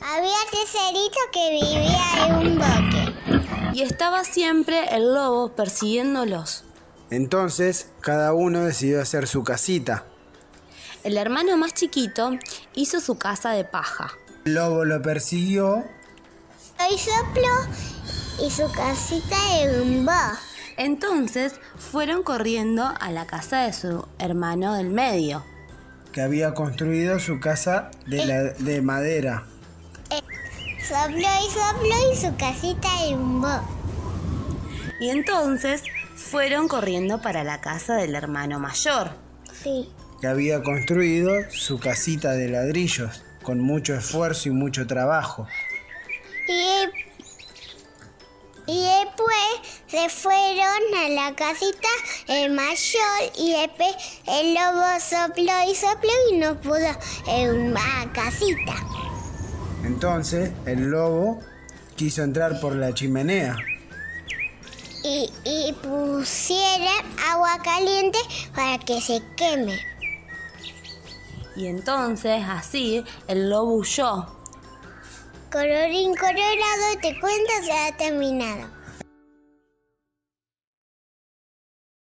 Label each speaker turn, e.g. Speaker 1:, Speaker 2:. Speaker 1: Había tecerito que vivía en un bosque.
Speaker 2: y estaba siempre el lobo persiguiéndolos.
Speaker 3: Entonces, cada uno decidió hacer su casita.
Speaker 2: El hermano más chiquito hizo su casa de paja.
Speaker 3: El lobo lo persiguió
Speaker 1: Hoy soplo y su casita en un bosque.
Speaker 2: Entonces fueron corriendo a la casa de su hermano del medio.
Speaker 3: que había construido su casa de, la- de madera.
Speaker 1: Soplo y soplo y su casita en un bosque.
Speaker 2: Y entonces fueron corriendo para la casa del hermano mayor.
Speaker 1: Sí.
Speaker 3: que había construido su casita de ladrillos con mucho esfuerzo y mucho trabajo.
Speaker 1: Y, y después se fueron a la casita el mayor y después el lobo sopló y sopló y no pudo en la casita.
Speaker 3: Entonces el lobo quiso entrar por la chimenea
Speaker 1: Y, y pusieron agua caliente para que se queme.
Speaker 2: Y entonces así el lobo huyó
Speaker 1: Colorín colorado, te cuento, se ha terminado.